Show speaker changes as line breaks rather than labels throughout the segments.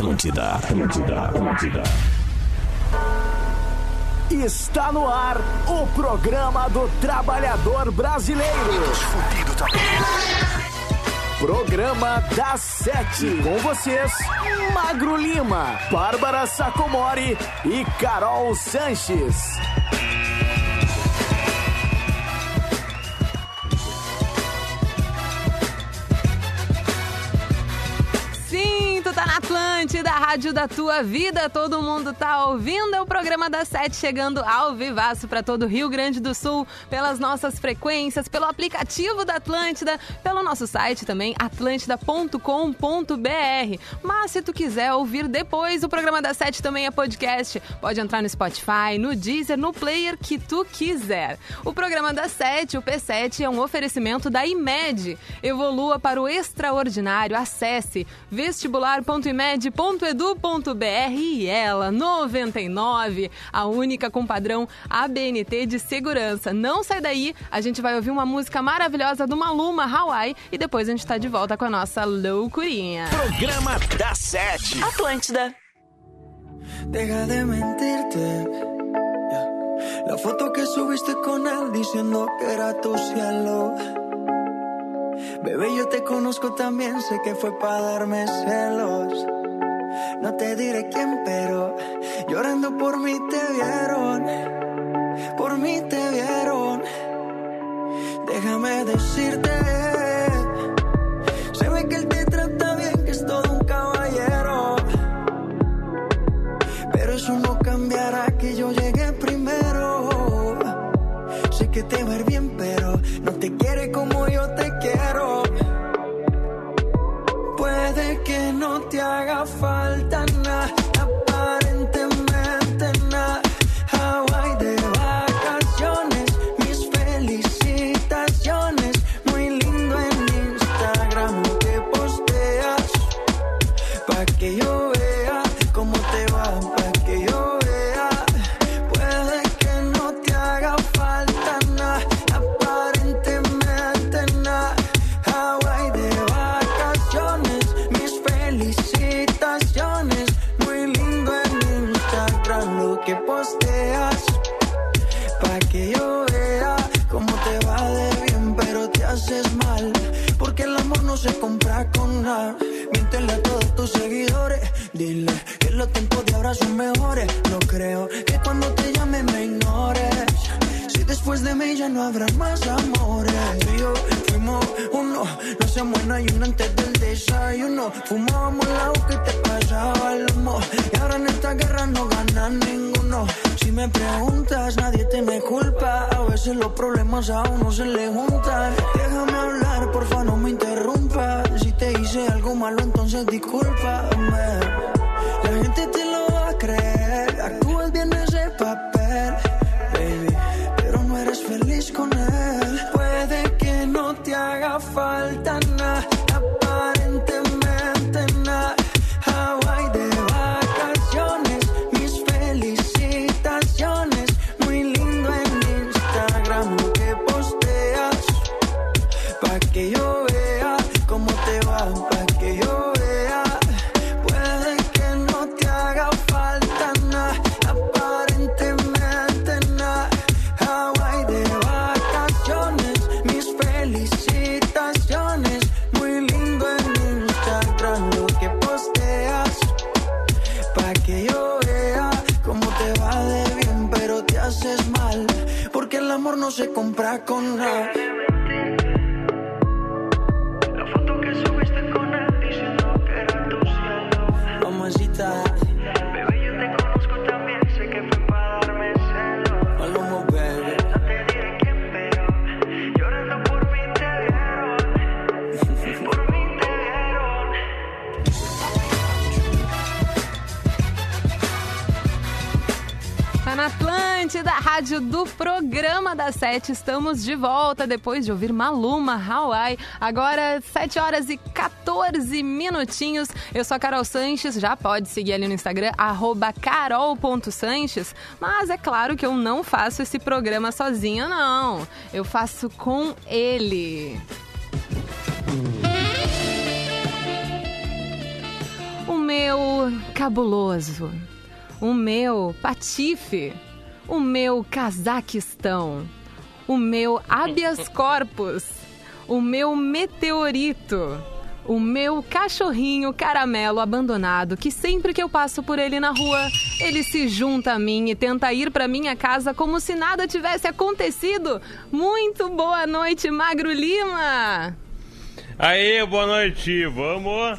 Atlântida, Atlântida, Atlântida.
Está no ar o programa do trabalhador brasileiro. Programa das Sete. Com vocês, Magro Lima, Bárbara Sacomori e Carol Sanches.
Sim, tu tá na Atlântida, a rádio da tua vida, todo mundo tá ouvindo. É o programa das sete chegando ao vivaço para todo o Rio Grande do Sul, pelas nossas frequências, pelo aplicativo da Atlântida, pelo nosso site também, atlântida.com.br. Mas se tu quiser ouvir depois, o programa das sete também é podcast. Pode entrar no Spotify, no Deezer, no player que tu quiser. O programa das sete, o P7, é um oferecimento da IMED. Evolua para o extraordinário. Acesse vestibular.imed.edu.br e ela, 99, a única com padrão ABNT de segurança. Não sai daí, a gente vai ouvir uma música maravilhosa do Maluma, Hawaii, e depois a gente tá de volta com a nossa loucurinha.
Programa da Sete.
Atlântida.
Deja de mentirte. Ya. La foto que subiste con él diciendo que era tu cielo. Bebé, yo te conozco también, sé que fue para darme celos. No te diré quién, pero llorando por mí te vieron. Por mí te vieron. Déjame decirte. Se ve que él te trata bien, que es todo un caballero. Pero eso no cambiará que yo llegué primero. Sé que te va a ir bien, pero no te quiere como yo te quiero. Puede que no te haga falta nada, aparentemente nada. Hawaii de vacaciones, mis felicitaciones. Muy lindo en Instagram lo que posteas. Pa' que yo vea cómo te va, pa' que yo vea. Puede que no te haga falta nada, aparentemente nada. Hawaii de vacaciones, mis felicitaciones. Muy lindo en Instagram lo que posteas. Pa' que yo vea cómo te va de bien, pero te haces mal. Porque el amor no se compra con nada. Miéntele a todos tus seguidores. Dile que los tiempos de ahora son mejores. No creo que cuando te llame me ignores. Si después de mí ya no habrá más amores. Tú y yo fuimos uno. No se muera y uno antes del desayuno. Fumábamos la que te pasaba el humo. Y ahora en esta guerra no gana ninguno. Si me preguntas, nadie te me culpa. A veces los problemas a uno se le juntan. Déjame hablar, porfa, no me interrumpas. Si te hice algo malo, entonces discúlpame. La gente te lo va a creer. Actúas bien ese papel, baby. Pero no eres feliz con él. Puede que no te haga falta nada. Aparentemente nada. Hawaii de vacaciones. Mis felicitaciones. Muy lindo en Instagram lo que posteas. Pa' que yo vea cómo te va. Pa' que yo vea. Puede que no te haga falta nada. Aparentemente nada. Hawaii de vacaciones. Mis felicitaciones. Muy lindo en Instagram lo que posteas. Pa' que yo vea cómo te va de bien, pero te haces mal. Porque el amor no se compra con nada. Mamacita. Bebé, yo te conozco también, sé que fue para darme celos. Palomo, baby. No te diré quién, pero llorando por mí te vieron. por mí te vieron.
Tá na Atlântida, a rádio do programa das sete. Estamos de volta depois de ouvir Maluma, Hawaii. Agora, 7 horas e 14 minutinhos. Eu sou a Carol Sanches, já pode seguir ali no Instagram, arroba carol.sanches. Mas é claro que eu não faço esse programa sozinha, não. Eu faço com ele. O meu cabuloso, o meu patife, o meu Cazaquistão, o meu habeas corpus, o meu meteorito, o meu cachorrinho caramelo abandonado, que sempre que eu passo por ele na rua, ele se junta a mim e tenta ir para minha casa como se nada tivesse acontecido. Muito boa noite, Magro Lima.
Aê, boa noite, vamos?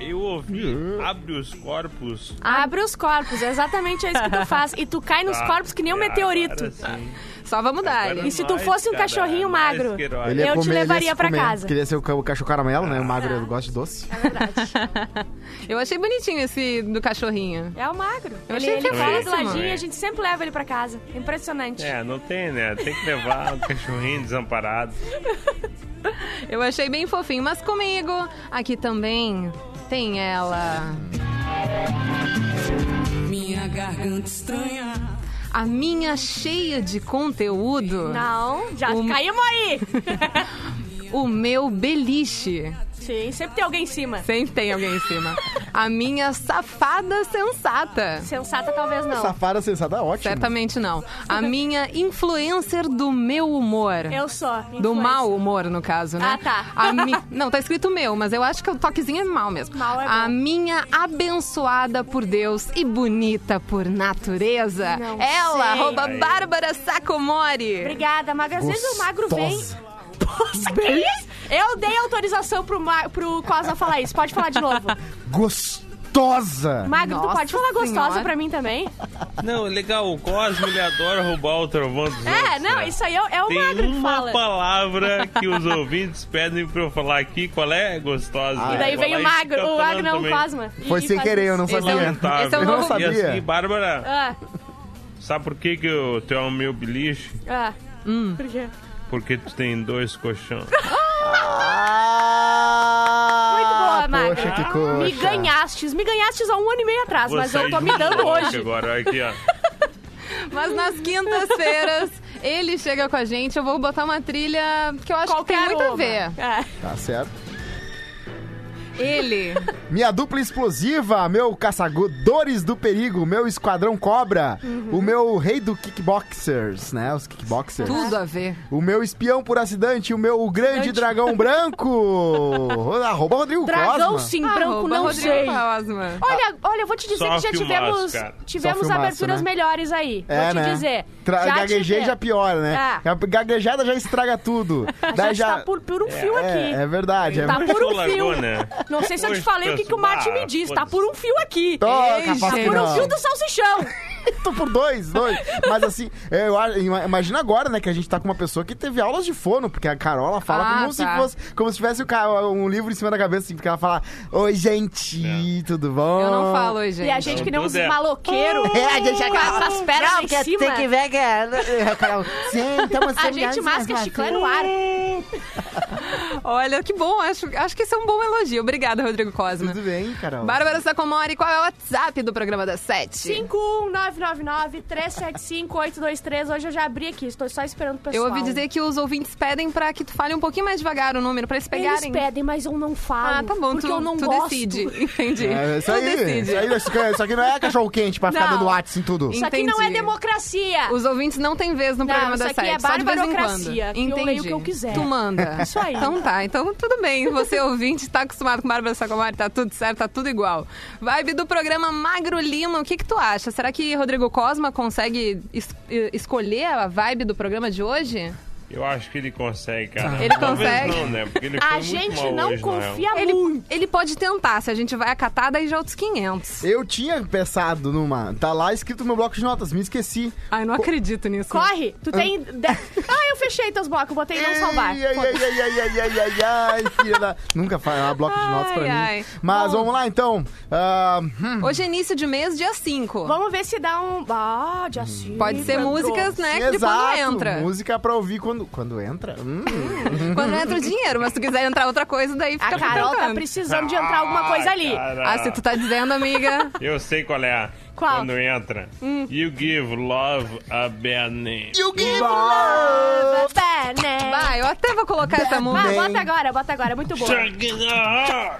Eu ouvi, abre os corpos.
Abre os corpos, é exatamente isso que tu faz. E tu cai nos
Tá,
corpos que nem um
agora
meteorito.
sim.
Só vamos dar.
Agora
E se tu
mais,
fosse um
cara,
cachorrinho
mais
magro?
queiroz.
é
Ele- Eu te
ia
levaria
se
pra
comer.
casa. Ah. Tá
Queria ser o, ca- o cachorro caramelo, né? O magro ele gosta de doce.
Eu achei bonitinho esse do cachorrinho.
É o magro.
Eu
ele
achei
ele
fofíssimo.
vai do ladinho
É.
e a gente sempre leva ele pra casa. Impressionante.
É, não tem, né? Tem que levar um cachorrinho desamparado.
Eu achei bem fofinho, mas comigo aqui também tem ela.
Minha garganta estranha.
A minha cheia de conteúdo.
Não, já
O-
caímos aí.
O meu beliche.
Sim, sempre tem alguém em cima.
Sempre tem alguém em cima. A minha safada sensata.
Sensata talvez não.
Safada tá sensada, ótimo.
Certamente não. A minha influencer do meu humor.
Eu só.
Do mau humor, no caso, né?
é Ah, tá.
A mi- Não, tá escrito meu, mas eu acho que o toquezinho é mal mesmo.
Mal é bom.
A minha abençoada por Deus e bonita por natureza.
Não
Ela,
sei.
arroba Bárbara Sacomori.
Obrigada, Magro. Às vezes o Magro vem...
Gostosa.
Nossa, que isso? Eu dei autorização pro, Ma... pro Cosma falar isso. Pode falar de novo.
Gostosa!
Magro, tu
Nossa
pode falar gostosa
Senhora.
pra mim também?
Não, legal, o Cosmo ele adora roubar o trovão dos
É,
outros,
não,
né?
isso aí é, o- é o
Tem
Magro que
uma
fala.
palavra que os ouvintes pedem pra eu falar aqui, qual é gostosa?
E Ah, daí
Eu vou
vem
lá
o
e
Magro,
fica
o Magro
falando
não
também.
Cosma. E-
Foi
e
sem
faz
querer, eu
isso. um-
não sabia.
Lamentável.
Esse é o
novo-
E
Eu sabia.
assim, Bárbara,
Ah,
sabe por que que o teu é o meu beliche?
ah.
Hum.
Por quê?
Porque tu tem dois colchões.
Muito
Ah,
boa, Magro.
Poxa, que coisa.
Me ganhastes, me ganhastes há um ano e meio atrás, mas eu tô me dando hoje.
um Agora, olha aqui, ó.
Mas nas quintas-feiras ele chega com a gente. Eu vou botar uma trilha que eu acho que tem muito a
uma.
ver.
É.
Tá certo.
Ele.
Minha dupla explosiva, meu caçadores do perigo, meu esquadrão cobra,
Uhum.
o meu rei do kickboxers, né? Os kickboxers.
Tudo a ver.
O meu espião por acidente, o meu grande dragão branco. Ro- Arroba Rodrigo
Dragão
Cosma.
sim, branco,
Arroba
não
Ah, Rodrigo
sei.
Cosma.
Olha, olha, eu vou te dizer
Só
que já
filmaço,
tivemos,
cara.
tivemos
Só filmaço,
aberturas
né?
melhores aí. vou te dizer.
Tra-
já
gaguejei
tive-
já piora, né?
É.
A gaguejada já estraga tudo.
A gente tá por, por um fio
é, é
aqui.
verdade. É...
Tá
Hoje
por um
tu largou,
fio.
né?
Não sei se eu te
Hoje
falei
tu
o que, que o Mate
ah,
me diz. Tá
foda-se.
por um fio aqui.
Tô,
Ei,
capaz que
gente.
Por um
não.
fio do salsichão.
Tô por dois, dois. Mas assim, eu, acho- ima- imagina agora, né, que a gente tá com uma pessoa que teve aulas de fono, porque a Carola fala
Ah,
como,
tá.
se fosse, como se tivesse o ca- um livro em cima da cabeça, assim, porque ela fala: Oi, gente, tudo bom?
Eu não falo hoje,
E a gente que nem uns
Tudo é.
maloqueiros.
É, a gente
Com as pernas lá em cima.
ver que. é, né? A Carol, sim, então estamos
A gente masca chiclete no ar.
Olha, que bom. Acho, acho que isso é um bom elogio. Obrigada, Rodrigo
né?
Cosma.
Tudo bem, Carol?
Bárbara Sacomori, qual é o WhatsApp do programa das sete?
51999-375-823. Hoje eu já abri aqui, estou só esperando o
Eu
pessoal.
ouvi dizer que os ouvintes pedem pra que tu fale um pouquinho mais devagar o número, pra eles
Eles
pegarem.
pedem, mas eu não falo.
ah, tá bom,
porque
tu,
eu não
tu
gosto.
decide. Entendi.
É, isso
tu
aí,
decide.
isso aí, isso aqui- isso aqui não é cachorro quente pra ficar
Não.
dando WhatsApp em tudo.
Isso aqui não é
Entendi.
democracia.
Os ouvintes não têm vez no
Não,
programa
isso
da
aqui
sete,
é
só de vez em quando.
barbarocracia, que eu
Entendi.
leio o que eu quiser.
Tu manda.
Isso aí.
Então tá, então tudo bem. Você ouvinte, tá acostumado com Bárbara Sacomari, tá tudo certo, tá tudo igual. Vibe do programa Magro Lima, o que que tu acha? Será que Rodrigo Cosma consegue es- eh, escolher a vibe do programa de hoje?
Eu acho que ele consegue, cara.
Ele
Talvez
consegue.
Não, né? Porque ele foi
A
muito
gente
mal
não
hoje, na real.
confia
Ele,
Tá muito.
ele pode tentar, se a gente vai acatar, daí já é outros 500.
Eu tinha pensado numa. Tá lá escrito no meu bloco de notas, me esqueci.
Ai, não acredito nisso.
Corre, tu tem... de- Ah, eu fechei teus blocos, botei não salvar.
Ai, ai, ai, ai, ai, ai, ai, ai, filha da... Nunca fala é bloco de notas pra
Ai, ai.
mim. Mas
Bom.
vamos lá então. Ah, hum,
Hoje é início de mês, dia 5.
Vamos ver se dá um... Ah, de assim.
Pode ser
entrou.
músicas, né? que
exato,
Quando entra.
música pra ouvir quando, quando entra. Hum,
Quando entra o dinheiro, mas se tu quiser entrar outra coisa, daí fica
A Carol tá
brincando.
precisando de entrar alguma coisa ali.
Ah, cara.
Ah, se tu tá dizendo, amiga.
Eu sei qual é a.
Qual? Hum.
Quando entra. You give love a bad name.
Bene.
Vai, eu até vou colocar essa
Ah,
música.
Bem.
bota agora, bota agora, muito bom.
Check it out.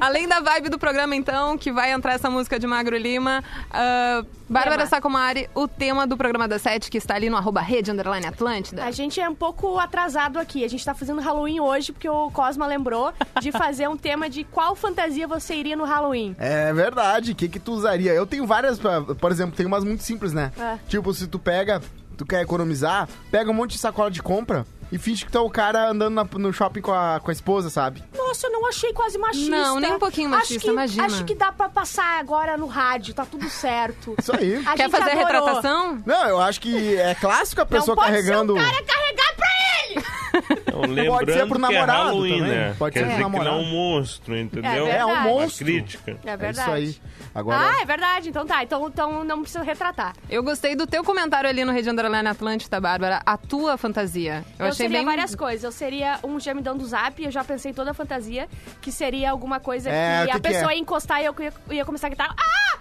Além da vibe do programa, então, que vai entrar essa música de Magro Lima, ah, Bárbara
Tema.
Sacomari, o tema do programa da Sete, que está ali no arroba rede underline Atlântida.
A gente é um pouco atrasado aqui. A gente tá fazendo Halloween hoje, porque o Cosma lembrou de fazer um tema de qual fantasia você iria no Halloween.
É verdade, o que que tu usaria? Eu tenho várias, pra- por exemplo, tem umas muito simples, né?
É.
Tipo, se tu pega, tu quer economizar, pega um monte de sacola de compra e finge que tu é o cara andando na- no shopping com a, com a esposa, sabe?
Nossa, eu não achei quase machista.
Não, nem um pouquinho machista,
acho que,
imagina.
Acho que dá pra passar agora no rádio, tá tudo certo.
Isso aí.
A
Quer
gente
fazer a
adorou.
retratação?
Não, eu acho que é clássico a
Não Então
pessoa
pode
carregando.
ser o cara carregar pra ele!
Então,
Pode ser
lembrando
pro
que é
namorado
Halloween,
também.
né?
Pode
Quer
ser pro
dizer que ele é
namorado.
um monstro, entendeu?
É
É um
verdade.
Uma
monstro.
crítica.
É
É
verdade.
isso aí. Agora.
Ah, é verdade. Então tá. Então, então não precisa retratar.
Eu gostei do teu comentário ali no Rede Underline Atlântida, Bárbara. A tua fantasia. Eu,
Eu,
achei
seria
bem...
várias coisas. Eu seria um gemidão do zap, eu já pensei toda a fantasia, que seria alguma coisa
É,
que
o
a
que que
pessoa
é?
ia encostar e eu ia, ia começar a gritar. Ah!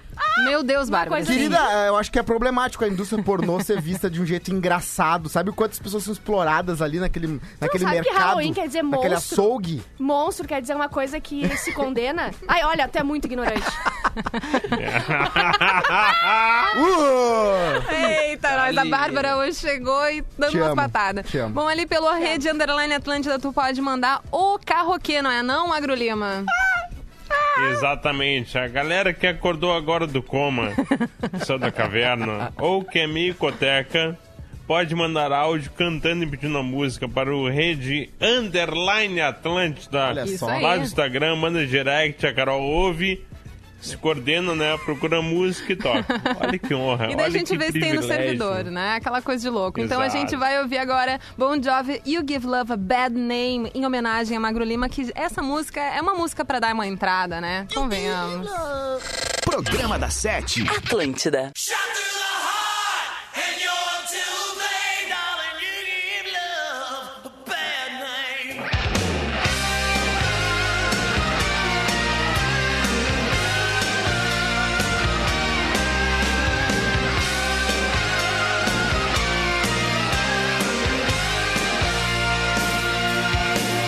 Meu Deus, Bárbara.
coisa-
Querida, eu acho que é problemático a indústria pornô ser vista de um jeito engraçado, sabe? Quantas pessoas são exploradas ali naquele, naquele
sabe que
mercado.
Halloween quer dizer
naquele
monstro?
açougue.
Monstro quer dizer uma coisa que se condena. Ai, olha, até muito ignorante. É. Ah.
Uh!
Eita, nós, a Bárbara hoje chegou e dando
Te
umas
amo,
patadas.
te amo.
Bom, ali pelo Rede Underline Atlântida, tu pode mandar o carroquê, não é não, Magro Lima?
Exatamente. A galera que acordou agora do coma, só da caverna, ou que é micoteca, pode mandar áudio cantando e pedindo a música para o Rede Underline Atlântida.
Olha
Isso
só.
aí.
Lá no Instagram, manda direct, a Carol ouve, se coordena, né? Procura música e toca. Olha que honra.
E daí a
olha
gente
que
vê se tem no
privilégio.
servidor, né? Aquela coisa de louco. Então a
Exato.
gente vai ouvir agora Bon Jovi, You Give Love a Bad Name, em homenagem a Magro Lima, que essa música é uma música pra dar uma entrada, né? Convenhamos.
Programa da Sete.
Atlântida.
I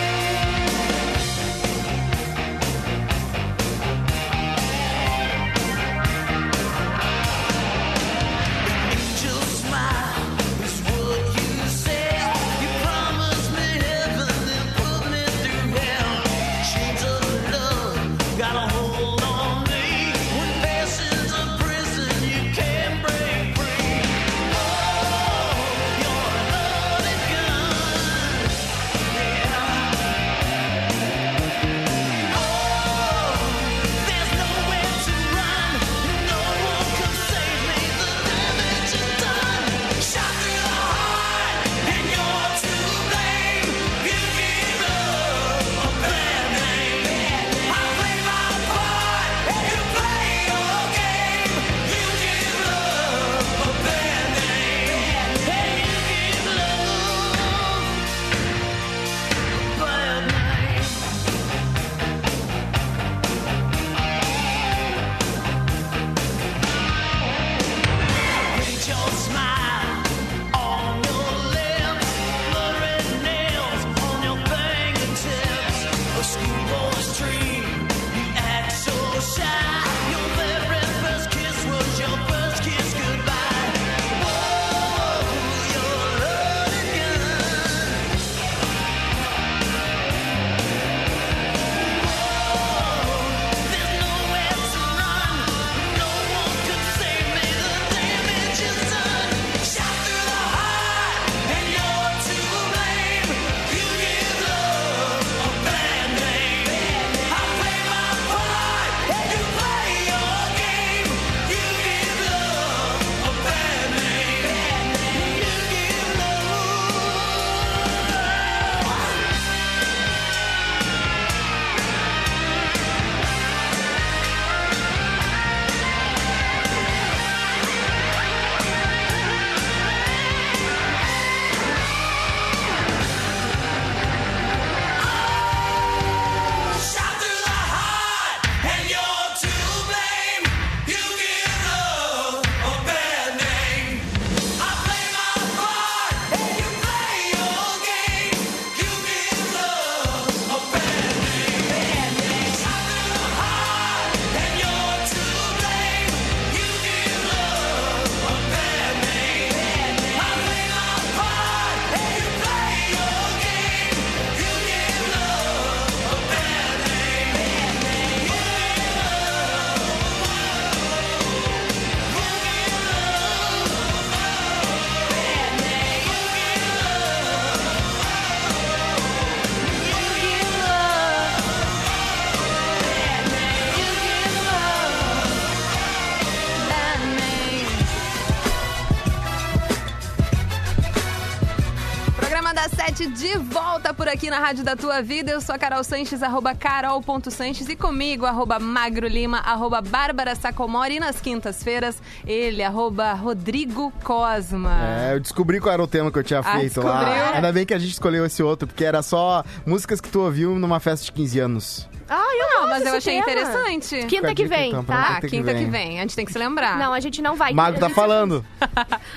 7, de volta por aqui na Rádio da Tua Vida. Eu sou a Carol Sanches, arroba carol.sanches e comigo, arroba Magro Lima, arroba Bárbara Sacomori e nas quintas-feiras, ele, arroba Rodrigo Cosma.
É, eu descobri qual era o tema que eu tinha
Ah,
feito
descobriu?
lá.
né?
Ainda bem que a gente escolheu esse outro, porque era só músicas que tu ouviu numa festa de 15 anos.
Ah, eu
Não,
gosto
mas eu
desse
achei
tema.
interessante.
Quinta que
Fica a dica,
vem,
então, pra
tá?
Ah, quinta que vem. A gente tem que se lembrar.
Não, a gente não vai.
O Mago tá falando.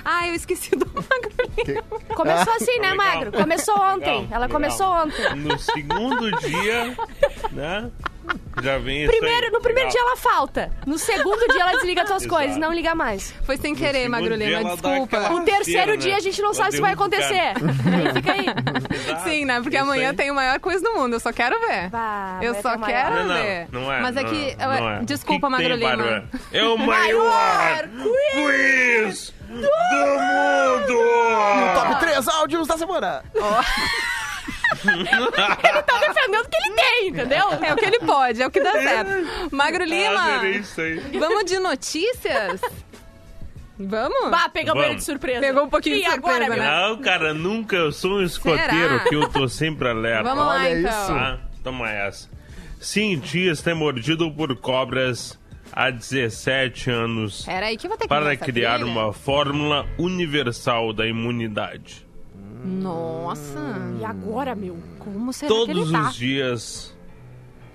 ah, eu esqueci do Magro Lima.
Começou assim, né,
Legal.
Magro? Começou ontem.
Legal,
Ela
legal.
começou ontem.
No segundo dia, né? Já vem isso aí.
Primeiro, no primeiro dia ela
Legal.
falta. No segundo dia ela desliga as tuas
Exato.
coisas, não liga mais.
Foi sem querer,
segundo
Magro
dia
Lima,
ela dá
desculpa.
aquela-
O terceiro
Cheiro, né?
dia a gente não sabe se vai
Adeus, cara.
acontecer. Aí fica aí.
Exato,
Sim, né? Porque
isso
amanhã
aí.
tem o maior quiz do mundo. Eu só quero ver.
Bah,
eu
vai
só
ter o
quero
maior.
Não,
ver.
não, não é.
Ah, Mas é
não,
que.
não,
eu-
não é.
Desculpa,
O que que
Magro
tem,
Lima.
Bárbara? É o maior quiz do mundo!
Top 3 áudios da semana.
Ah,
Ele tá defendendo o que ele tem, entendeu?
É o que ele pode, é o que dá certo. Magro
Ah,
Lima,
adorei isso aí.
vamos de notícias? Vamos?
Bah, pegamos
Vamos.
ele de surpresa.
Pegou um pouquinho
e
de surpresa,
agora, meu?
né?
Não, cara, nunca. Eu sou um escoteiro que eu tô sempre alerta.
Vamos lá,
Olha
então.
isso.
Tá? Toma essa. Cientista é mordido por cobras há 17 anos
Peraí, que eu vou ter que ver
para
É, essa
criar
trilha.
uma fórmula universal da imunidade.
Nossa,
E agora, meu?
como será que
Todos
ele tá?
os dias,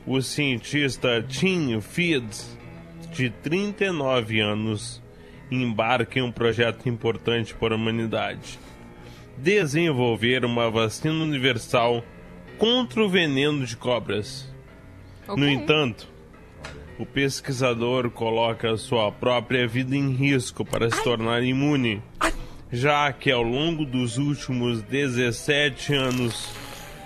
o cientista Tim Fields, de 39 anos, embarca em um projeto importante para a humanidade: desenvolver uma vacina universal contra o veneno de cobras.
Ok.
No entanto, o pesquisador coloca sua própria vida em risco para se tornar imune, já que ao longo dos últimos 17 anos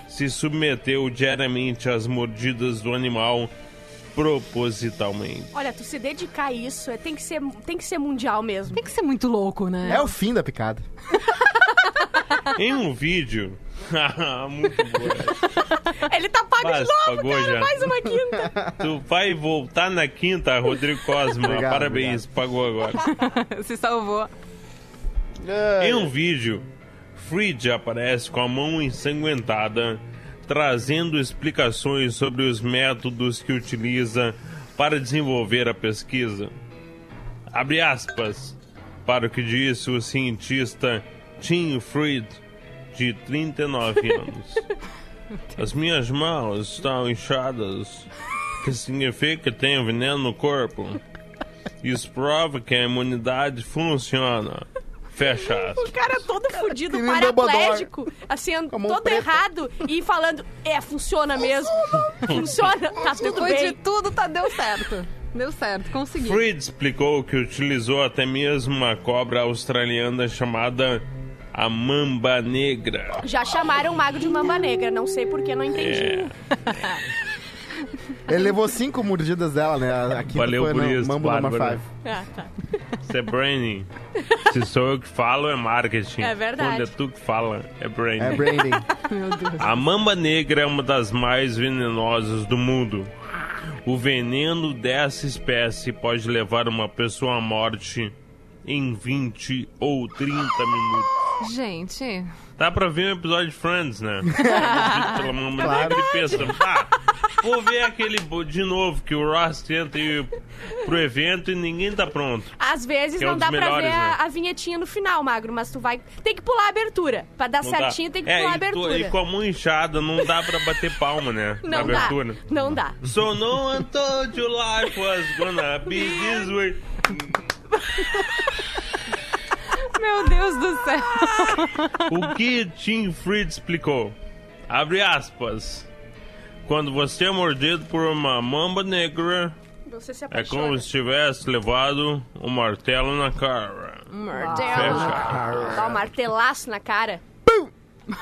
se submeteu diariamente às mordidas do animal propositalmente.
Olha, tu se dedicar a isso é, tem, que ser, tem que ser mundial mesmo.
Tem que ser muito louco, né?
É o fim da picada.
Em um vídeo. Ah, Muito boa.
Ele tá pago
Mas
de novo,
pagou
cara.
já.
Mais uma quinta.
Tu vai voltar na quinta, Rodrigo Cosma.
Obrigado,
Parabéns, pagou agora.
Se salvou.
É.
Em um vídeo, Frid aparece com a mão ensanguentada, trazendo explicações sobre os métodos que utiliza para desenvolver a pesquisa. Abre aspas para o que disse o cientista Tim Fried, de 39 anos. As minhas mãos estão inchadas, que significa que tenho veneno no corpo. Isso prova que a imunidade funciona. Fecha aspas.
O cara todo fudido,
Que nem
paraplégico, assim, todo
preta.
errado e falando, é, funciona mesmo. Funciona, tá tudo
Depois de
bem.
tudo, tá, deu certo. Deu certo, consegui.
Fried explicou que utilizou até mesmo uma cobra australiana chamada a mamba negra.
Já chamaram o mago de mamba negra, não sei porque, não
É,
entendi.
Ele levou cinco mordidas dela, né? Aqui
Valeu
foi
por
no
isso,
Mambo Number
Bárbara.
5.
Isso é branding. Se sou eu que falo, é marketing.
É verdade.
Quando é tu que fala, é branding.
É branding.
A mamba negra é uma das mais venenosas do mundo. O veneno dessa espécie pode levar uma pessoa à morte em 20 ou 30 minutos.
Gente,
Dá pra ver um episódio de Friends, né? Pelo amor claro. Ele pensa, ah, vou ver aquele bo- de novo que o Ross tenta ir pro evento e ninguém tá pronto.
Às vezes
Que é
não
um
dá
dos
pra ver
melhores,
a,
né?
a vinhetinha no final, Magro, mas tu vai. Tem que pular a abertura. Pra dar
Não dá.
certinho, tem que
É,
pular a
e tô-
abertura.
E com a mão inchada, não dá pra bater palma, né? na
Não dá.
abertura.
Não dá.
So no one told you life was gonna be this way.
meu Deus do céu.
O que Tim Fried explicou? Abre aspas. Quando você é mordido por uma mamba negra,
Você se
é
apaixona.
como se tivesse levado um martelo na cara.
Ah.
Mordeu.
Dá um martelaço na cara.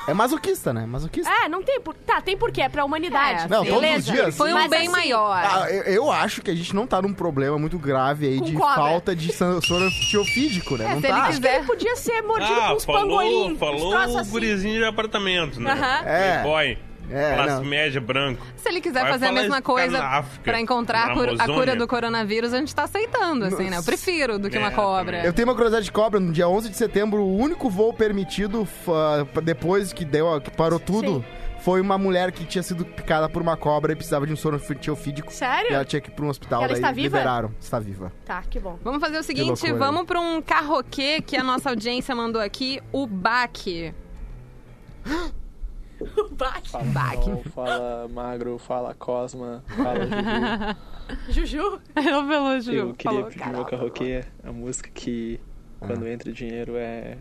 É masoquista, né? Masoquista.
É, não tem por... Tá, tem porquê, é pra humanidade.
É,
Não, todos os
beleza?
dias.
Foi um
Mas
bem
assim,
maior.
Ah, eu, eu acho que a gente não tá num problema muito grave aí
Com
de
cobra.
falta de san- soro antiofídico, né? não
se ele
tá.
quiser.
É, Ele podia ser mordido com
Ah,
tipo uns
falou,
pangolim. uns
falou
troços
o
assim.
gurizinho de apartamento, né?
Aham.
É.
Playboy.
É,
classe
não.
média, branco.
Se ele quiser
Vai
fazer a
falar
mesma
isso,
coisa
cara, na África,
pra encontrar a
na
cura, a
Amazônia.
cura do coronavírus, a gente tá aceitando, assim, né? Eu prefiro do que uma
É,
cobra.
Eu tenho uma curiosidade de cobra. No dia 11 de setembro, o único voo permitido fa- depois que deu, que parou tudo, foi uma mulher que tinha sido picada por uma cobra e precisava de um soro fídico.
Sério?
E ela tinha que ir para um hospital.
Ela
daí
está viva?
liberaram. Está viva.
Tá, que bom.
Vamos fazer o seguinte,
loucura.
vamos pra um carroquê que a nossa audiência mandou aqui, o Baque.
O Baque.
Baque.
Fala Magro, fala Cosma, fala Juju.
Juju.
Eu pelo
Eu
Ju.
queria
Falou,
pedir meu
"Caraca".
carroquê, a música que quando entra o dinheiro é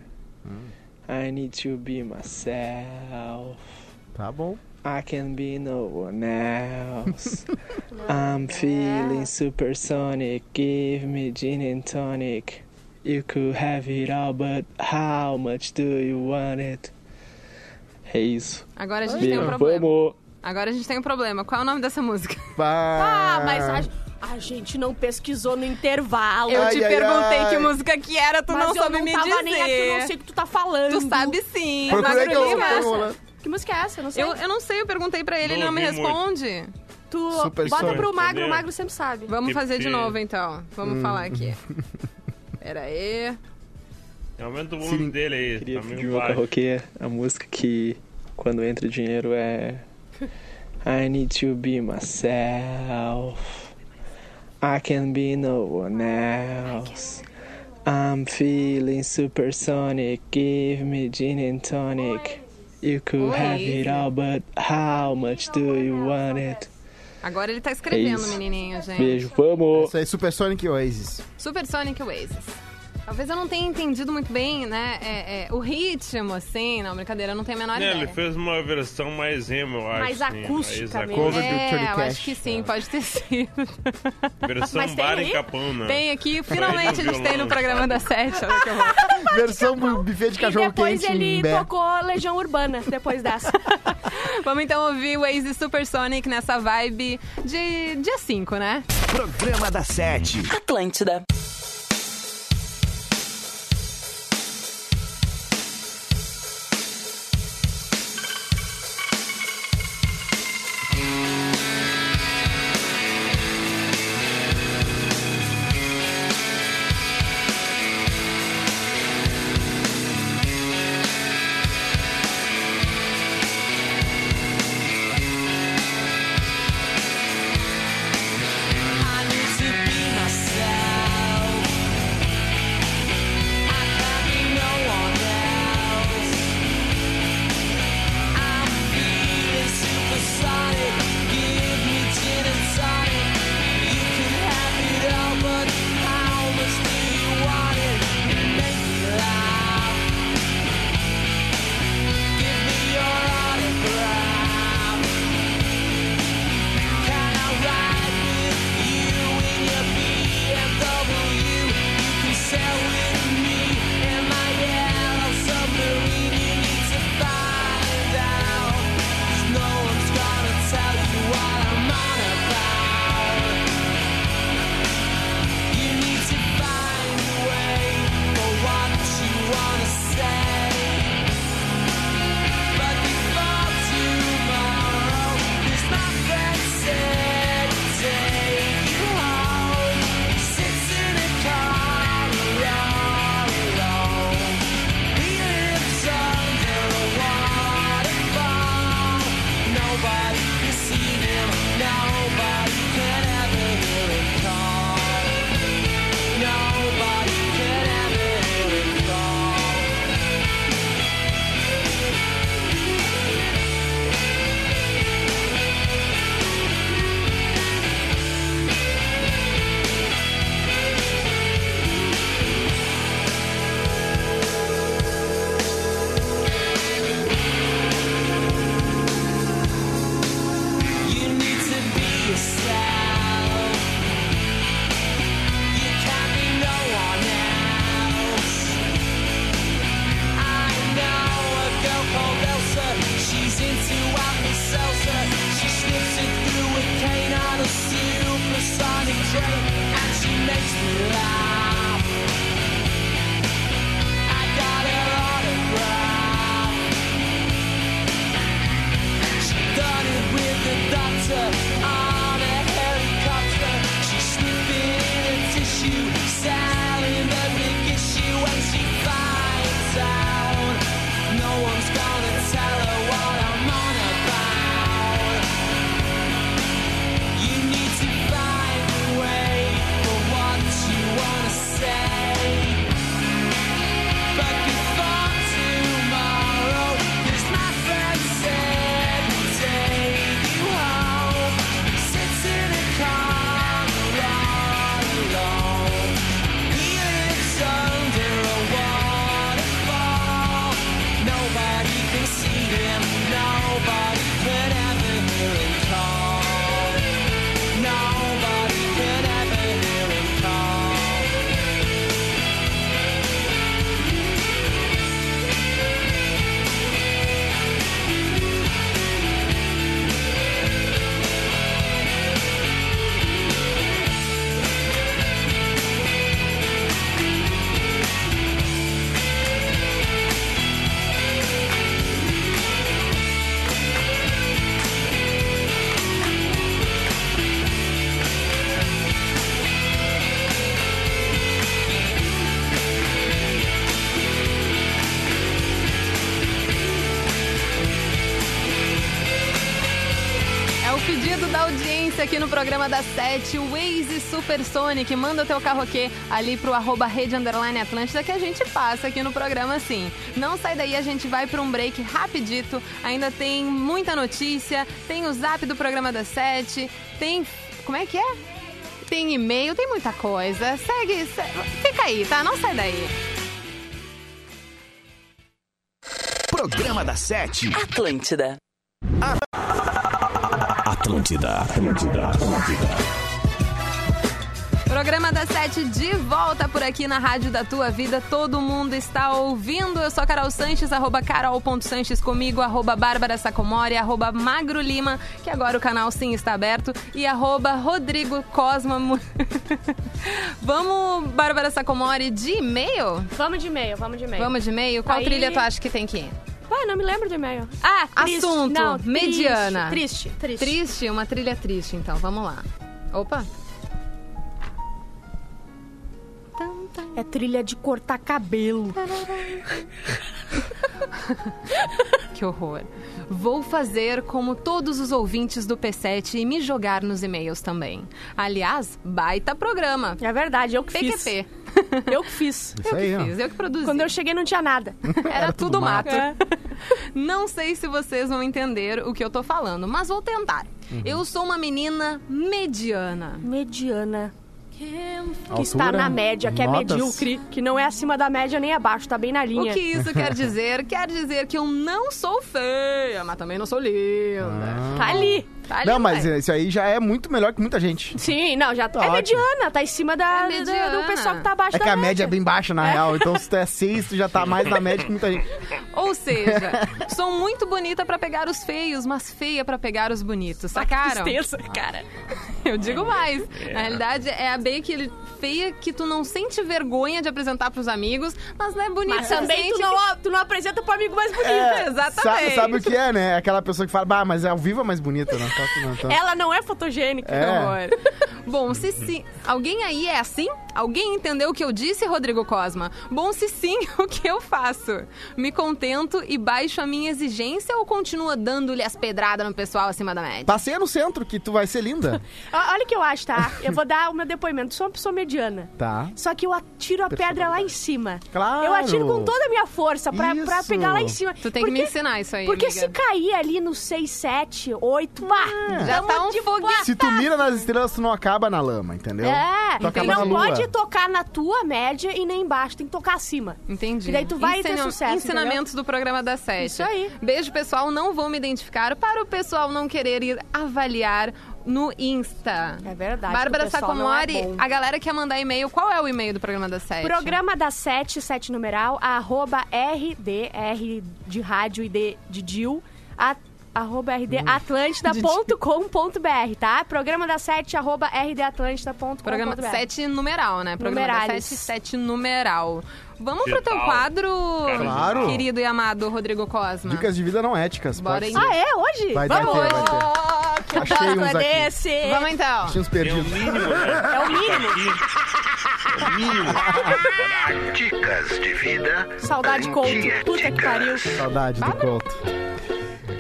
I need to be myself.
Tá bom.
I can be no one else. I'm feeling supersonic. Give me gin and tonic. You could have it all, but how much do you want it? É isso.
Agora a gente tem um
Beijo,
problema.
vamos!
Agora a gente tem um problema. Qual é o nome dessa música?
Ah, mas a, a gente não pesquisou no intervalo.
Eu te
ai,
perguntei
ai.
que música que era, tu
mas
não
eu
soube
não
me
tava
dizer.
nem aqui, eu não sei o que tu tá falando.
Tu sabe sim.
Procurei
Magro
que eu
Lima.
foi rolando.
Que música é essa? Eu não sei.
Eu, eu não sei, eu perguntei pra ele,
Não
ele não me
ouvi muito.
responde.
Tu
Super
bota
sonho,
pro Magro,
entendeu?
o Magro sempre sabe.
Vamos
Que
fazer de
pena.
novo, então. Vamos falar aqui. Pera aí.
Aumenta o volume dele aí.
Queria
tá
pedir
meio
meu
baixo.
carroquê, a música que quando entra o dinheiro é I need to be myself. I can be no one else. I'm feeling supersonic. Give me gin and tonic. You could
Oi.
have it all, but how much do you want it?
Agora ele tá escrevendo,
isso.
menininho, gente.
Beijo, vamos!
Isso aí, Super Sonic Oasis.
Super Sonic Oasis. Talvez eu não tenha entendido muito bem, né? é, é, o ritmo, assim. Não, brincadeira, eu não tenho a menor
É,
ideia.
ele fez uma versão mais emo, eu acho.
Mais
sim,
acústica
mais
mesmo. né?
Cover do Johnny
É, eu
Cash.
acho que sim, pode ter sido.
Versão
Mas tem
bar né?
aí?
em Capona.
Tem aqui, finalmente a gente tem no
violão.
programa da Sete. Olha que horror.
Versão bu- buffet de
E
cachorro
depois
quente
ele
em Bé.
tocou Legião Urbana, depois dessa.
Vamos então ouvir o Oasis Super Sonic nessa vibe de dia 5, né?
Programa da Sete.
Atlântida. I need to be myself.
É aqui no programa das 7, Waze Supersonic. Manda o teu carro aqui ali pro arroba Rede Underline Atlântida que a gente passa aqui no programa sim. Não sai daí, a gente vai para um break rapidito. Ainda tem muita notícia, tem o zap do programa das 7, tem. Como é que é? Tem e-mail, tem muita coisa. Segue, se- fica aí, tá? Não sai daí.
Programa da Sete.
Atlântida.
Atlântida. Atlântida. Atlântida.
Programa da Sete de volta por aqui na Rádio da Tua Vida. Todo mundo está ouvindo. Eu sou a Carol Sanches, arroba carol.sanches comigo, arroba Bárbara Sacomori, arroba Magro Lima, que agora o canal sim está aberto, e arroba Rodrigo Cosma. Mu- Vamos, Bárbara Sacomori, de e-mail?
Vamos de e-mail, vamos de e-mail.
Vamos de e-mail? Qual
Aí-
trilha tu acha que tem que ir?
Ué, não me lembro do e-mail.
Ah,
Triste.
assunto,
Não, triste,
mediana.
Triste, triste.
Triste, uma trilha triste, então. Vamos lá. Opa. Tum, tum.
É trilha de cortar cabelo.
Que horror. Vou fazer como todos os ouvintes do P7 e me jogar nos e-mails também. Aliás, baita programa.
É verdade, eu que fiz.
PQP.
Eu que fiz.
Isso aí, ó.
Fiz, eu que produzi.
Quando eu cheguei não tinha nada.
Era tudo,
tudo
mato.
mato.
É.
Não sei se vocês vão entender o que eu tô falando, mas vou tentar. Eu sou uma menina mediana.
Mediana. Que
Altura,
está na média, que é
notas.
medíocre, que não é acima da média nem abaixo, tá bem na
O
linha.
que isso quer dizer? Quer dizer que eu não sou feia, mas também não sou linda.
Tá ali.
Tá ali,
Não, mas
vai.
isso aí já é muito melhor que muita gente.
Sim, não, já
Tá
é
ótimo.
mediana, tá em cima da,
É mediana.
da- do pessoal que tá abaixo
É que
da
a média é bem baixa, na real. Então, se tu é seis, tu já tá mais na média que muita gente.
Ou seja, sou muito bonita pra pegar os feios, mas feia pra pegar os bonitos, sacaram?
Tá Ah,
Ah.
Tristeza, cara.
Eu digo mais. Na realidade, é a bem que ele feia que tu não sente vergonha de apresentar pros amigos, mas não é bonita.
Mas também
sente
tu
que-
não, tu não apresenta pro amigo mais bonito.
É.
Sabe,
Exatamente.
sabe o que é, né? Aquela pessoa que fala, bah, mas ao vivo é mais bonita, né? Tá, não, tá.
Ela não é fotogênica. então,
É.
Que horror.
Bom, se sim. Alguém aí é assim? Alguém entendeu o que eu disse, Rodrigo Cosma? Bom, se sim, o que eu faço? Me contento e baixo a minha exigência ou continua dando-lhe as pedradas no pessoal acima da média?
Passeia no centro que tu vai ser linda.
Ó, Olha o que eu acho, tá? Eu vou dar o meu depoimento. Sou uma pessoa mediana.
Tá.
Só que eu atiro a pedra lá em cima.
Claro.
Eu atiro com toda a minha força pra, pra
Isso.
pegar lá em cima.
Tu tem que
Porque-
me ensinar isso aí.
Porque
amiga.
se cair ali no 6, 7, 8, pá,
Já
tamo
tá um
de
foguinho.
Se tu mira nas estrelas, tu não acaba na lama, entendeu?
Ah, É,
tu
tu
acaba na
não
lua.
pode tocar na tua média e nem embaixo, tem que tocar acima.
Entendi.
E daí tu vai ter sucesso,
Ensinamentos do programa da Sete.
Isso aí.
Beijo, pessoal. Não vou me identificar para o pessoal não querer ir avaliar no Insta.
É verdade,
Bárbara
que o pessoal não é
Sacomori,
bom.
a galera quer mandar e-mail. Qual é o e-mail do programa da Sete?
Programa da 7, 7 numeral, arroba RD, R de rádio e D de Dil, a- arroba
Hum.
rdatlântida.com.br, tá? Programa da 7, arroba rdatlântida.com.br.
Programa 7 numeral, né? Programa da
Numerales.
7, 7 numeral. Vamos
Que
pro teu
tal?
quadro,
Cara,
Claro.
querido e amado Rodrigo Cosma.
Dicas de vida não éticas.
Bora
pode
aí.
ser.
Ah, é? Hoje?
Vai
Vamos!
ter, vai ter.
Oh, que-
Achei
Bloco
uns
é
aqui.
desse!
Vamos então.
Achei uns
É o
perdidos.
mínimo, né?
É o mínimo.
É o mínimo.
Dicas de vida.
Saudade Couto. Puta que pariu.
Saudade do Couto.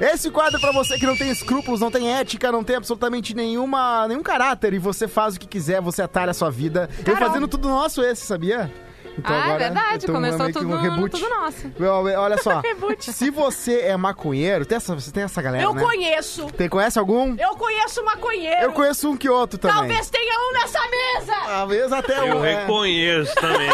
Esse quadro é pra você que não tem escrúpulos, não tem ética, não tem absolutamente nenhuma, nenhum caráter e você faz o que quiser, você atalha a sua vida. Eu
Carol.
fazendo tudo nosso esse, sabia? Então
ah, é
eu
verdade.
tô
Começou
meio que
tudo,
um
no,
reboot.
tudo nosso.
Olha olha só, se você é maconheiro, tem essa, você tem essa galera,
Eu
né?
conheço.
Tem, conhece algum?
Eu conheço maconheiro.
Eu conheço um que outro também.
Talvez tenha um nessa mesa.
Talvez até
Então,
Eu
um. é.
reconheço também.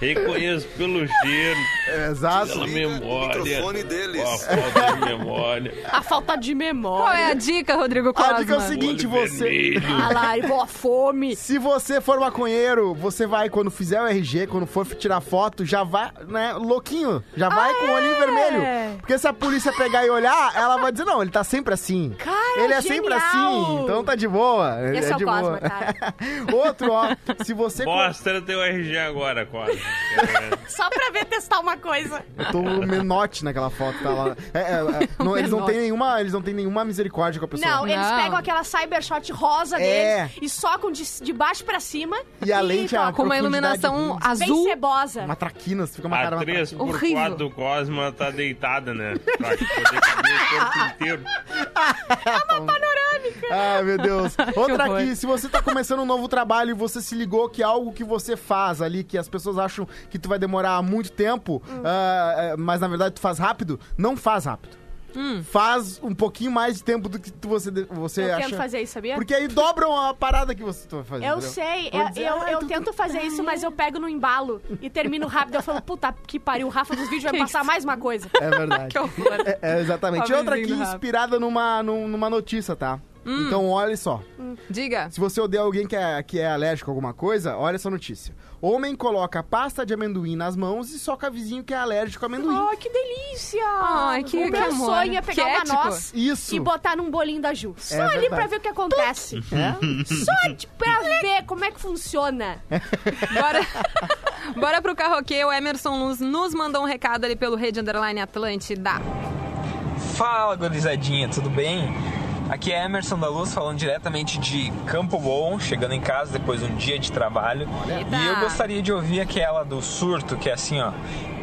Reconheço pelo cheiro,
É, Exato.
pela memória.
microfone deles.
Ó, falta de memória.
A falta
Qual
de
é
memória.
a dica, Rodrigo Cosma?
A dica é o seguinte,
Olho
você...
vermelho.
A largou a fome.
Se você for maconheiro, você vai, quando fizer o RG, quando for tirar foto, já vai, né, louquinho. Já
Ah,
vai com o olhinho
é?
vermelho. Porque se a polícia pegar e olhar, ela vai dizer, não, ele tá sempre assim.
Cara,
ele é
genial.
sempre assim, então tá de boa.
Esse é o
de
Cosma,
boa.
cara.
Outro, ó, se você...
Mostra teu RG agora, quase.
Só pra ver testar uma coisa.
Eu tô menote naquela foto, tá lá. É, é, é, não, eles, não têm nenhuma, eles não têm nenhuma misericórdia com a pessoa.
Não, eles
Não.
pegam aquela cybershot rosa
É.
deles e socam de, de baixo pra cima.
E a lente é uma
Com uma
profundidade
iluminação
ruim.
azul.
Bem cebosa.
Uma traquina, você fica uma cara...
A
uma
3
traquina.
por
Horrível.
4 do Cosma tá deitada, né? Pra poder caber o corpo inteiro.
Tá um- Ah, meu Deus. Outra
horror.
aqui, se você tá começando um novo trabalho e você se ligou que algo que você faz ali, que as pessoas acham que tu vai demorar muito tempo,
Hum.
ah, é, mas na verdade tu faz rápido, não faz rápido. Faz um pouquinho mais de tempo do que tu, você, de- você
Hum. Eu
acha.
tento fazer isso, sabia?
Porque aí dobram a parada que você vai fazer.
Eu
entendeu?
sei,
Vou
eu,
dizer,
eu-
"Ah,
eu
tu-
tento fazer isso, mas eu pego no embalo e termino rápido. Eu falo, puta que pariu, o Rafa dos vídeos vai
Que
passar mais uma coisa.
É verdade.
Que horror.
É, é, exatamente. E
Ao
outra aqui
vizinho do Rafa.
inspirada numa, num- numa notícia, tá?
Hum.
Então olha só.
Diga.
Se você odeia alguém que é, que é alérgico a alguma coisa, olha essa notícia. Homem coloca pasta de amendoim nas mãos e soca vizinho que é alérgico a amendoim.
Ai, Ah, que delícia!
Ai, que-
o meu
que amor.
sonho é
Que
pegar uma
ético.
noz
Isso.
e botar num bolinho da Ju. Só
É
ali
verdade.
pra ver o que acontece.
É?
Só de- pra ver como é que funciona.
Bora, bora pro carroquê. O Emerson Luz nos mandou um recado ali pelo Rede Underline Atlântida.
Fala, gurizadinha, tudo bem? Aqui é Emerson da Luz falando diretamente de Campo Bom, chegando em casa depois de um dia de trabalho.
Eita.
E eu gostaria de ouvir aquela do surto, que é assim, ó.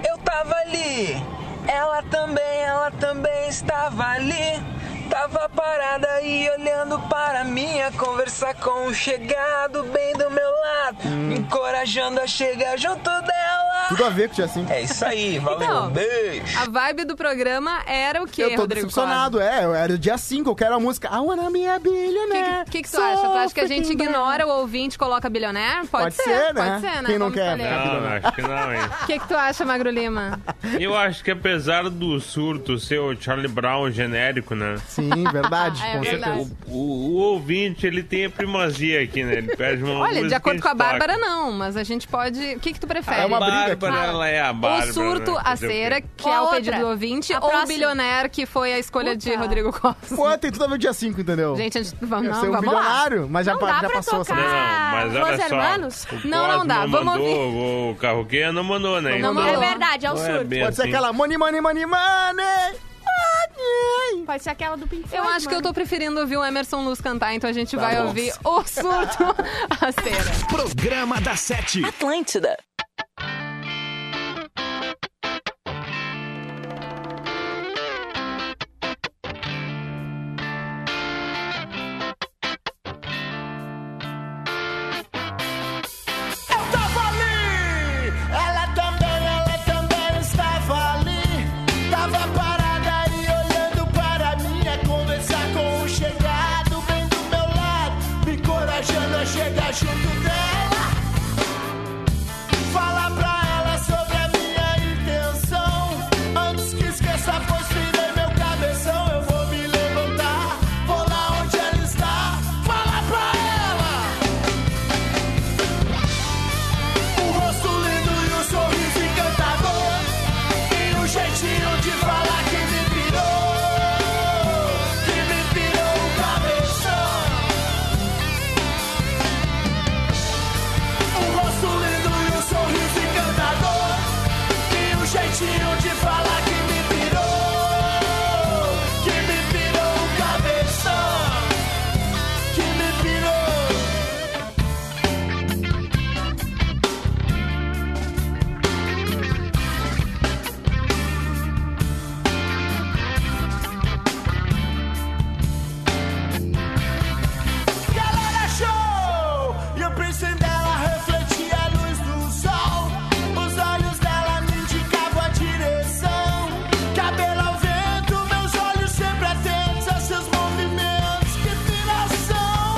Eu tava ali, ela também, ela também estava ali. Tava parada aí olhando para mim, a conversar com o chegado bem do meu lado, me encorajando a chegar junto dela.
Tudo a ver com o assim.
É isso aí, valeu,
Então,
beijo.
A vibe do programa era o quê,
eu tô
Rodrigo
decepcionado, é. Eu era dia 5, eu quero a música. I wanna be a billionaire.
O que, que tu acha? Tu acha que a gente
Sou freaking
ignora o ouvinte, coloca bilioné? Pode,
Pode ser, né?
Pode ser, né?
Quem não
Vamos
quer?
escolher.
Não, não, acho que não, hein?
O que, que tu acha, Magro Lima?
Eu acho que apesar do surto ser o Charlie Brown genérico, né?
Sim, verdade,
É
com
verdade.
certeza.
O, o- o ouvinte, ele tem a primazia aqui, né? Ele pede uma
Olha, de
música
acordo
e
com a
toca.
Bárbara, não, mas a gente pode. O que, que tu prefere?
É uma briga aqui.
Bárbara, ela é a Bárbara.
O surto,
né?
a
Fazer o quê?
cera, que
Ou a
é o
outra?
pedido do ouvinte,
A
ou o
próxima?
bilionaire, que foi a escolha de
Puta.
Rodrigo Costa.
Pô, tem tudo a ver com dia 5, entendeu?
Gente, a gente, vamos,
eu
não,
sou um
vamos lá.
bilionário, mas já,
Não
pa-
dá
já
pra
passou
Não,
tocar.
essa.
não, mas
Ah,
olha
Los
só.
Hermanos?
o
Não, não
Cosmo
dá, vamos
mandou, O, o carroqueiro não mandou, né?
Não
Então
É
mandou.
verdade, é o
Não é
surto.
bem-
Pode ser
assim.
aquela money, money, money, money. Money.
Pode ser aquela do Pink
Eu
Floyd,
acho que eu
mano.
tô preferindo ouvir o Emerson Luz cantar, então a gente vai
Tá bom.
ouvir o surto, a cera.
Programa da Sete.
Atlântida.
Eu tava ali, ela também, ela também estava ali. Tava parada e olhando para mim, é conversar com o chegado bem do meu lado, me encorajando a chegar junto dela. Falar pra ela sobre a minha intenção. Antes que esqueça, pois tirei meu cabeção. Eu vou me levantar, vou lá onde ela está. Falar pra ela. O rosto lindo e o sorriso encantador E o jeitinho de falar que me pirou Que me pirou o cabeção O rosto lindo e o sorriso encantador E o jeitinho de falar que me pirou Que me pirou o cabeção Que me pirou Galera show! E o piercing dela refletia a luz do sol. Os olhos dela me indicavam a direção. Cabelo ao vento, meus olhos sempre atentos a seus movimentos. Que piração!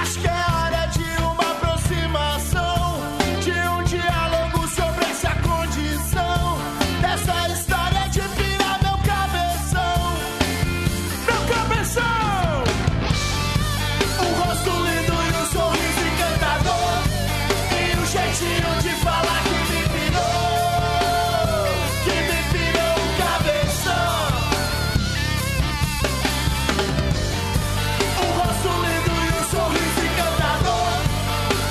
Acho que é hora de uma aproximação. De um diálogo sobre essa condição. Dessa história de virar meu cabeção. Meu cabeção! O rosto lindo e o sorriso encantador E o jeitinho de falar que me pirou Que me pirou o cabeção O Um rosto lindo e o sorriso encantador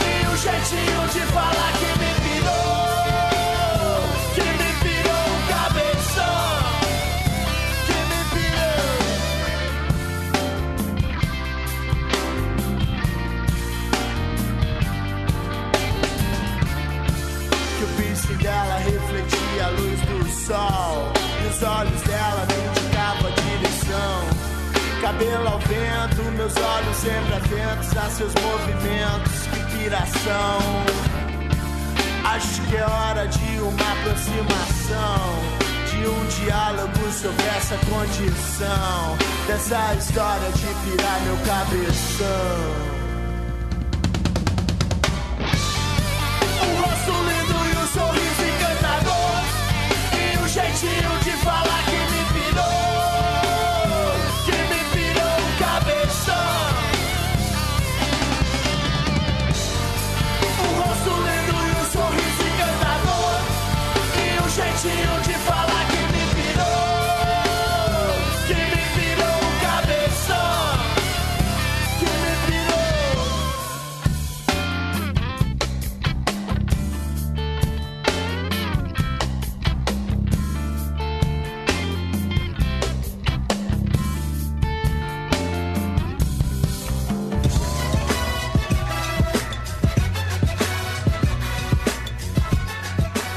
E o jeitinho de falar que me pirou Que me pirou o cabeção Que me pirou que o piercing dela refletia a luz do sol. E os olhos dela me indicavam a direção. cabelo ao vento, meus olhos sempre atentos a seus movimentos. Que piração! Acho que é hora de uma aproximação de um diálogo sobre essa condição dessa história de virar meu cabeção. O rosto lindo e o sorriso encantador e o jeitinho de falar que me pirou, que me pirou o cabeção. O rosto lindo e o sorriso encantador e o jeitinho de falar que me virou, que me virou o cabeção, que me virou.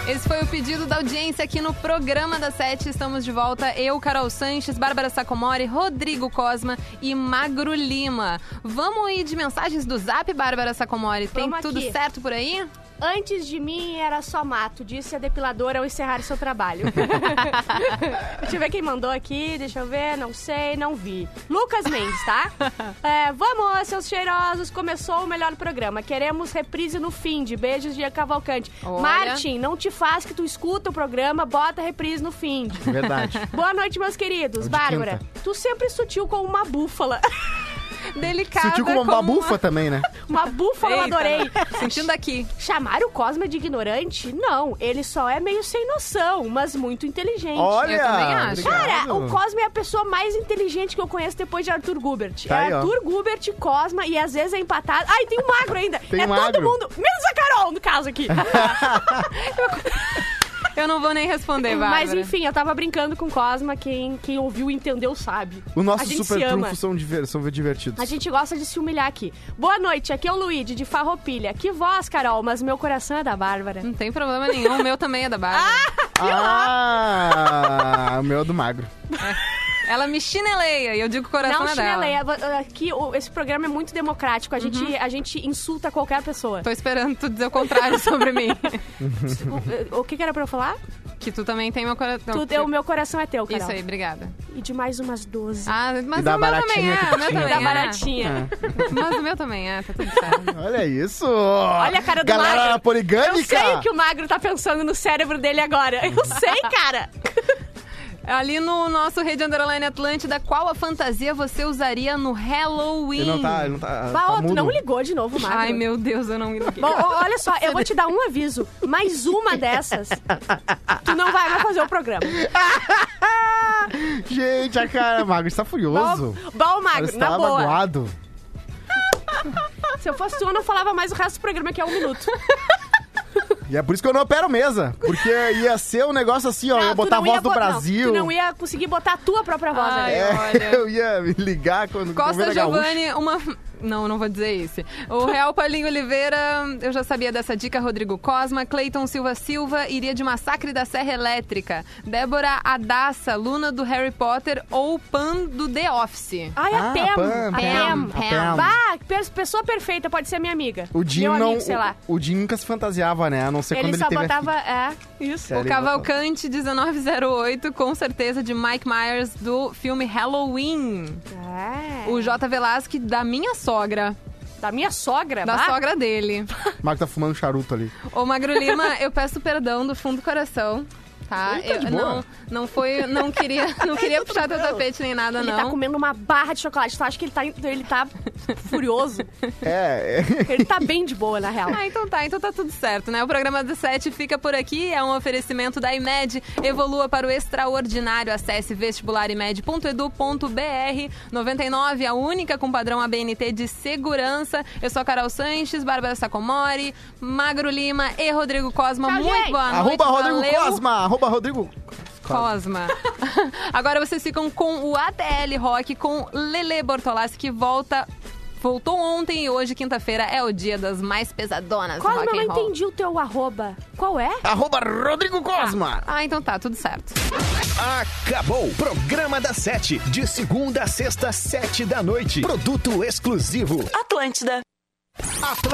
Esse foi o pedido da audiência aqui no programa da Sete. Estamos de volta. Eu, Carol Sanches, Bárbara Sacomori, Rodrigo Cosma e Magro Lima. Vamos ir de mensagens do Zap, Bárbara Sacomori. Tem
Vamos
tudo
aqui.
certo por aí?
Antes de mim era só mato, disse a depiladora ao encerrar seu trabalho. deixa eu ver quem mandou aqui, deixa eu ver, não sei, não vi. Lucas Mendes, tá? É, vamos, seus cheirosos, começou o melhor programa. Queremos reprise no fim de beijos de Cavalcante.
Olha.
Martin, não te faz que tu escuta o programa, bota reprise no fim.
Verdade.
Boa noite, meus queridos.
É de
Bárbara,
quinta.
tu sempre sutil com uma búfala. Delicada.
Sentiu como uma babufa também, né?
Uma búfala, eu
Eita,
né?
adorei.
Sentindo aqui.
Chamaram o Cosma de ignorante? Não, ele só é meio sem noção, mas muito inteligente.
Olha, Eu também acho.
Cara,
obrigado.
o Cosma é a pessoa mais inteligente que eu conheço depois de Arthur Gubert.
Tá
é
aí, ó.
Arthur Gubert, Cosma e às vezes é empatado. Ai, tem o magro ainda.
Tem
é
o magro.
todo mundo, menos a Carol, no caso aqui.
Eu não vou nem responder, Bárbara.
Mas enfim, eu tava brincando com o Cosma, quem, quem ouviu e entendeu sabe.
Os
a
nossos
gente
super
se ama.
trunfos são, diver- são divertidos.
A gente gosta de se humilhar aqui. Boa noite, aqui é o Luigi, de Farroupilha. Que voz, Carol, mas meu coração é da Bárbara.
Não tem problema nenhum, o meu também é da Bárbara.
Ah, o meu é do magro.
Ela me chineleia e eu digo que o coração
Não
é dela. Uhum.
chineleia. vo- Aqui, o- esse programa é muito democrático. A gente, a gente insulta qualquer pessoa.
Tô esperando tu dizer o contrário sobre mim.
O, o que, que era pra eu falar?
Que tu também tem meu coração.
Tu- o meu coração é teu, Carol.
Isso aí, obrigada.
E de mais umas Tá 12.
Ah, mas
e da
o meu também
baratinha
é,
que
o meu
tinha.
também
Da
é.
baratinha.
Mas o meu também é, tá tudo
Olha isso!
Olha a cara do
Galera
magro.
poligâmica!
Eu sei o que o magro tá pensando no cérebro dele agora. Eu
Uhum.
sei, cara.
Ali no nosso Rede Underline Atlântida, qual a fantasia você usaria no Halloween?
Ele não tá- ele não tá-
Bah, ó, tu Hum, não ligou de novo, Magro.
Ai, meu Deus, eu não me liguei.
Bom, o- olha só, eu vou te dar um aviso. Mais uma dessas, tu não vai mais fazer o programa.
Gente, a cara, magro, está furioso.
Bom- bom, Magro,
Parece que
na
tá
boa.
magoado.
Se eu fosse tu, eu não falava mais o resto do programa, que é um minuto.
E é por isso que eu não opero mesa. Porque ia ser um negócio assim, ó. eu ia
Tu
botar a
não
voz
ia
do
bot- não,
Brasil.
tu não ia conseguir botar a tua própria voz ali.
É, eu ia me ligar quando
Costa
Comer a gaúcha.
Giovanni, uma. Não, não vou dizer isso. O Real Paulinho Oliveira, eu já sabia dessa dica, Rodrigo Cosma. Cleiton Silva Silva iria de Massacre da Serra Elétrica. Débora Adassa, Luna do Harry Potter ou Pan do The Office.
Ai, a
Ah,
Pam,
Pam,
a
Pam,
Pam.
a Pam.
Bah, pe- pessoa perfeita, pode ser minha amiga.
O Jim
Meu
não.
amigo, sei lá.
O, o Jim nunca se fantasiava, né? A não ser
Ele
quando ele
só
teve. a
botava... É, isso.
É,
O
ele
Cavalcante 1908, com certeza, de Mike Myers, do filme Halloween. O J. Velasque, da minha sogra.
É. Da minha sogra?
Da
É Bah.
sogra dele.
filha. O Marco tá fumando charuto ali.
Ô, Magro Lima, eu peço perdão do fundo do coração. Tá,
Ele tá de
eu
boa.
não, não foi, não queria, não queria puxar teu tapete nem nada,
Ele
não.
tá comendo uma barra de chocolate. Tu acha que ele tá, ele tá furioso?
É.
Ele tá bem de boa, na real.
Ah, então tá, então tá tudo certo, né? O programa do 7 fica por aqui, é um oferecimento da IMED. Evolua para o extraordinário. Acesse vestibularimed.edu.br 99, a única com padrão ABNT de segurança. Eu sou a Carol Sanches, Bárbara Sacomori, Magro Lima e Rodrigo Cosma.
Tchau,
Muito
gente.
boa noite.
Arroba Rodrigo
tá valeu.
Cosma. Arroba Rodrigo.
Cosma. Agora vocês ficam com o ATL Rock com Lele Bortolassi que volta voltou ontem e hoje, quinta-feira, é o dia das mais pesadonas do
Qual
rock
não
and roll.
entendi o teu arroba? Qual é?
Arroba Rodrigo Cosma.
Ah, então tá, tudo certo.
Acabou. Programa da Sete. De segunda a sexta, sete da noite. Produto exclusivo.
Atlântida.
Atlântida.